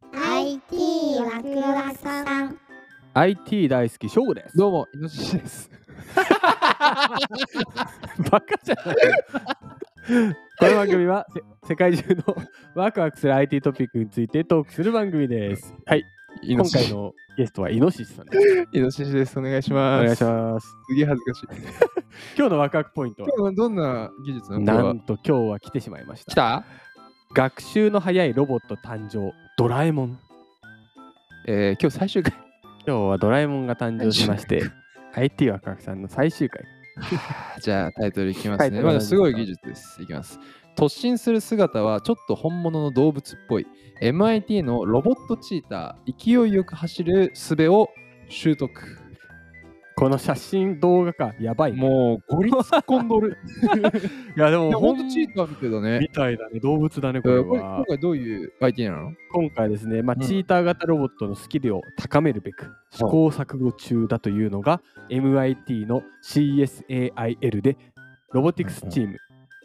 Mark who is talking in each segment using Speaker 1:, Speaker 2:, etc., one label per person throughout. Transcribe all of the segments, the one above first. Speaker 1: IT ワクワクさん
Speaker 2: IT 大好き翔吾です
Speaker 3: どうも、イノシシです。
Speaker 2: バカじゃないこの番組はせ世界中のワクワクする IT トピックについてトークする番組ですはい
Speaker 3: イノ
Speaker 2: 今
Speaker 3: シ
Speaker 2: 回
Speaker 3: シ。
Speaker 2: のゲストはイノシシさんです
Speaker 3: イノシシです。お願いし
Speaker 2: お
Speaker 3: ます。
Speaker 2: 願いし
Speaker 3: す。
Speaker 2: ます
Speaker 3: すげえ恥ずかしい。
Speaker 2: 今日のワクワクポイントは
Speaker 3: 今日はどんな技術なの
Speaker 2: なんと今日は来てしまいました
Speaker 3: 来た
Speaker 2: 学習の早いロボット誕生ドラえもん
Speaker 3: えー、今日最終回。
Speaker 2: 今日はドラえもんが誕生しまして IT ワクワクさんの最終回
Speaker 3: じゃあタイトルいきま
Speaker 2: タ
Speaker 3: す
Speaker 2: イト
Speaker 3: ね。
Speaker 2: ル
Speaker 3: ま
Speaker 2: お願いします
Speaker 3: だすごい技術です。いきます。突進する姿はちょっと本物の動物っぽい MIT のロボットチーター勢いよく走る術を習得
Speaker 2: この写真動画かやばいね
Speaker 3: もうゴリ突っ込んど る
Speaker 2: いやで
Speaker 3: い
Speaker 2: も
Speaker 3: やほん
Speaker 2: ほ
Speaker 3: と
Speaker 2: ん
Speaker 3: チーターみたいだね
Speaker 2: みたいだね動物だねこ
Speaker 3: え
Speaker 2: れ
Speaker 3: ーこれ
Speaker 2: は
Speaker 3: 今回どういう IT なの
Speaker 2: 今回ですね、まあ
Speaker 3: うん
Speaker 2: チーター型ロボットのスキルを高めるべく試行錯誤中だというのが MIT の CSAIL でロボティクスチーム、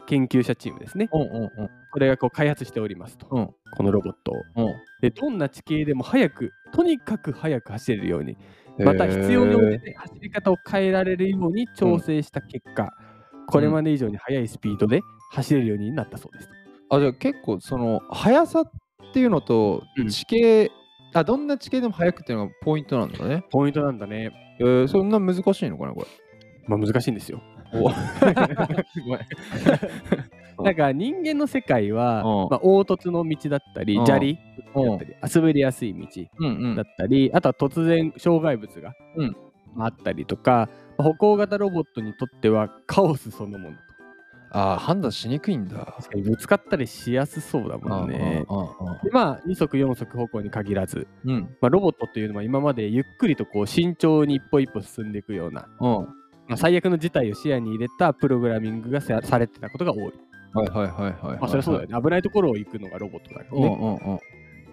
Speaker 2: 研究者チームですね
Speaker 3: うんうんうん
Speaker 2: これがこう開発しておりますと、
Speaker 3: うん
Speaker 2: このロボットをでどんな地形でも早くとにかく早く走れるように
Speaker 3: うん
Speaker 2: また必要に応
Speaker 3: へ
Speaker 2: じて走り方を変えられるように調整した結果、これまで以上に速いスピードで走れるようになったそうです。
Speaker 3: ーあじゃあ結構その速さっていうのと
Speaker 2: うん
Speaker 3: 地形、あどんな地形でも速くっていうのがポイントなんだね、
Speaker 2: ポイントなんだね。
Speaker 3: えー、そんな難しいのかなこれ
Speaker 2: まあ難しいんですよ。
Speaker 3: おごめんうん
Speaker 2: だから人間の世界は、
Speaker 3: うん
Speaker 2: まあ、凹凸の道だったり
Speaker 3: うん
Speaker 2: 砂利
Speaker 3: うん
Speaker 2: だったり滑りやすい道
Speaker 3: うんうん
Speaker 2: だったりあとは突然障害物が
Speaker 3: うん
Speaker 2: あったりとかまあ歩行型ロボットにとってはカオスそのもの
Speaker 3: ああ、判断しにくいんだ。
Speaker 2: 確かにぶつかったりしやすそうだもんね。
Speaker 3: うんうんうん
Speaker 2: でまあ2足4足歩行に限らず、
Speaker 3: うん。
Speaker 2: まあ、ロボットというのは今までゆっくりとこう慎重に一歩一歩進んでいくような、
Speaker 3: うん。は
Speaker 2: まあ、最悪の事態を視野に入れたプログラミングがさされてたことが多い。
Speaker 3: いはいはいはいは
Speaker 2: ま
Speaker 3: い。
Speaker 2: あそりゃそうだよね。危ないところを行くのがロボットだから
Speaker 3: うん
Speaker 2: ね。
Speaker 3: うんうん。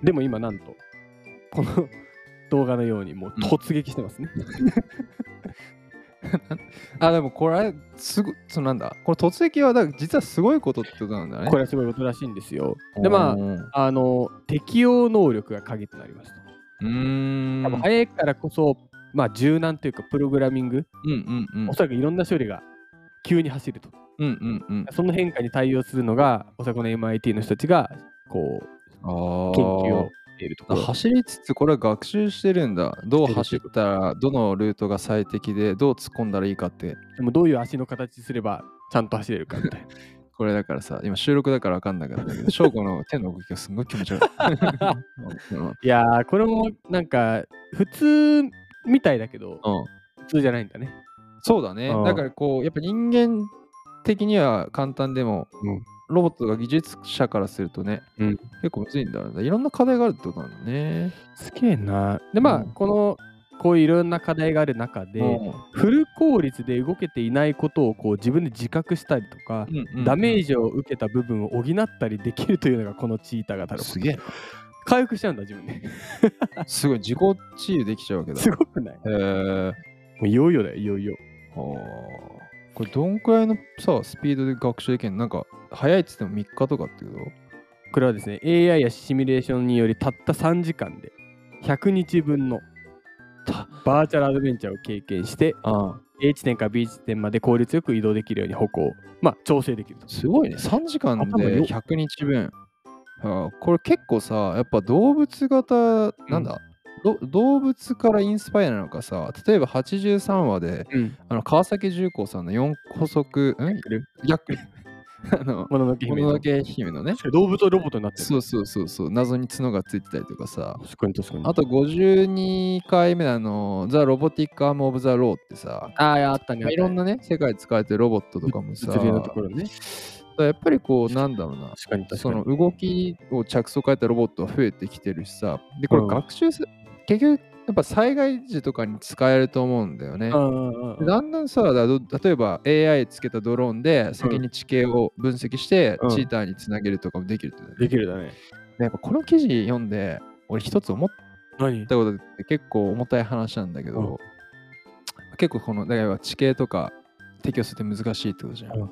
Speaker 2: でも今なんとこの 動画のようにもう突撃してますね。
Speaker 3: あ、でもこれ、すごそのなんだ。これ突撃は、だから実はすごいことってことなんだね。
Speaker 2: これ
Speaker 3: れ。
Speaker 2: はすごいことらしいんですよ。でま
Speaker 3: う
Speaker 2: ああの適応能力が鍵となりますと。
Speaker 3: ーん。
Speaker 2: 多分早いからこそ、まあ、柔軟というかプログラミング、
Speaker 3: うんうんうん
Speaker 2: お。そらくいろんな処理が急に走ると。
Speaker 3: うんうんうん。
Speaker 2: その変化に対応するのがおそらくこの MIT の人たちがこう
Speaker 3: あ
Speaker 2: 研究を
Speaker 3: ー
Speaker 2: しているところ。
Speaker 3: 走りつつこれは学習してるんだ。ど
Speaker 2: し
Speaker 3: う
Speaker 2: て
Speaker 3: 走
Speaker 2: る
Speaker 3: っ
Speaker 2: してる
Speaker 3: たら、どのルートが最適で、どう突っ込んだらいいかって。
Speaker 2: でもどういう足の形すればちゃんと走れるかみ たいな。
Speaker 3: これだからさ、今収録だから分かんなかった けど、翔子の手の動きがすごい気持ち悪い。うんうん
Speaker 2: いやーこれもなんか普通みたいだけど
Speaker 3: うん。
Speaker 2: 普通じゃないんだね。
Speaker 3: そうだね
Speaker 2: うん。
Speaker 3: だからこう、やっぱ人間的には簡単でも、
Speaker 2: うん
Speaker 3: ロボットが技術者からするとね、
Speaker 2: うん
Speaker 3: 結構むずいんだろうね。いろんな課題があるってことなんだね。
Speaker 2: すげえな。でまあ、
Speaker 3: うん
Speaker 2: このこういういろんな課題がある中で、フル効率で動けていないことをこう自分で自覚したりとか、
Speaker 3: うん
Speaker 2: ダメージを受けた部分を補ったりできるというのがこのチーター型ロボット
Speaker 3: すげえ。
Speaker 2: 回復しちゃうんだ自分で。
Speaker 3: すごい、自己治癒できちゃうわけだ。
Speaker 2: すごくないも
Speaker 3: へー
Speaker 2: ういよいよだよいよいよ。
Speaker 3: ほーこれどんくらいのさ、スピードで学習できるのなんか、早いっつっても3日とかってこと
Speaker 2: これはですね AI やシミュレーションによりたった3時間で100日分の
Speaker 3: た
Speaker 2: バーチャルアドベンチャーを経験して
Speaker 3: ああ
Speaker 2: A 地点から B 地点まで効率よく移動できるように歩行まあ調整できると
Speaker 3: すごいね。3時間
Speaker 2: 頭よ
Speaker 3: で100日分。あこれ結構さ、やっぱ動物型、なんだ、ど動物からインスパイアなのかさ、例えば83話で、
Speaker 2: うん
Speaker 3: あの川崎重工さんの4補足、ん
Speaker 2: クル
Speaker 3: 逆 あの、
Speaker 2: もののけ
Speaker 3: も
Speaker 2: 姫
Speaker 3: の
Speaker 2: の
Speaker 3: のけ姫のね、
Speaker 2: 動物とロボットになってる
Speaker 3: そうそうそうそう、謎に角がついてたりとかさ、
Speaker 2: 確かに確かに
Speaker 3: あと52回目のあの、ザ・ロボティック・アーム・オブ・ザ・ローってさ、
Speaker 2: ああったね
Speaker 3: いろんなね、世界で使われてるロボットとかもさ、
Speaker 2: 物理のところね
Speaker 3: やっぱりこう、なんだろうな、
Speaker 2: 確かに確か
Speaker 3: そ
Speaker 2: に
Speaker 3: の動きを着想を変えたロボットが増えてきてるしさ、で、これ
Speaker 2: うん
Speaker 3: 学習す、結局、やっぱ災害時とかに使えると思うんだよね。
Speaker 2: うんうんうん
Speaker 3: だんだんさ、だど例えば AI つけたドローンで先に地形を分析して、
Speaker 2: うん
Speaker 3: チーターにつなげるとかもできるってことだよね、
Speaker 2: できるだね
Speaker 3: でやっぱこの記事読んで、俺一つ思っ
Speaker 2: 何
Speaker 3: たことって結構重たい話なんだけど、
Speaker 2: うん
Speaker 3: 結構この、だから地形とか適応するって難しいってことじゃん。
Speaker 2: うん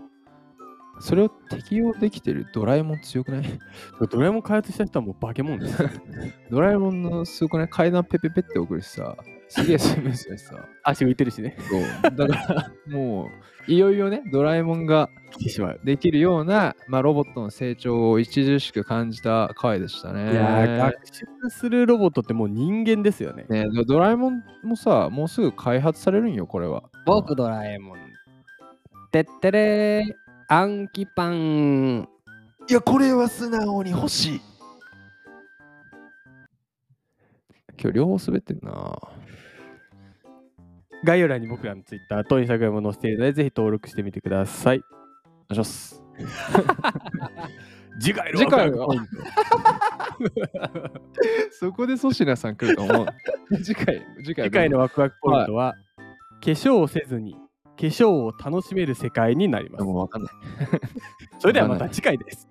Speaker 3: それを適用できてるドラえもん強くない
Speaker 2: ドラえもん開発した人はもう化け物ですよ。
Speaker 3: ドラえもんのすごくない階段ペペペって送るしさ、すげえスムーズだしさ。
Speaker 2: 足浮いてるしね。
Speaker 3: そう。だから、もう、いよいよね、ドラえもんが
Speaker 2: 来てしまう。
Speaker 3: できるような、まあ、ロボットの成長を著しく感じた回でしたね。
Speaker 2: いやー、学習するロボットってもう人間ですよね。
Speaker 3: ねドドラえもんもさ、もうすぐ開発されるんよ、これは。
Speaker 2: 僕ドラえもん。てってれー、アンキパン。
Speaker 3: いや、これは素直に欲しい。今日両方滑ってんな。
Speaker 2: 概要欄に僕らのツイッターとインスタグラムも載せているので、ぜひ登録してみてください。
Speaker 3: お願い します。
Speaker 2: 次回
Speaker 3: 次回 はそこで粗品さん来ると思う。次回、次回
Speaker 2: 次回のワクワクポイントは、化粧をせずに化粧を楽しめる世界になります
Speaker 3: も。うわかんない。
Speaker 2: それではまた次回です。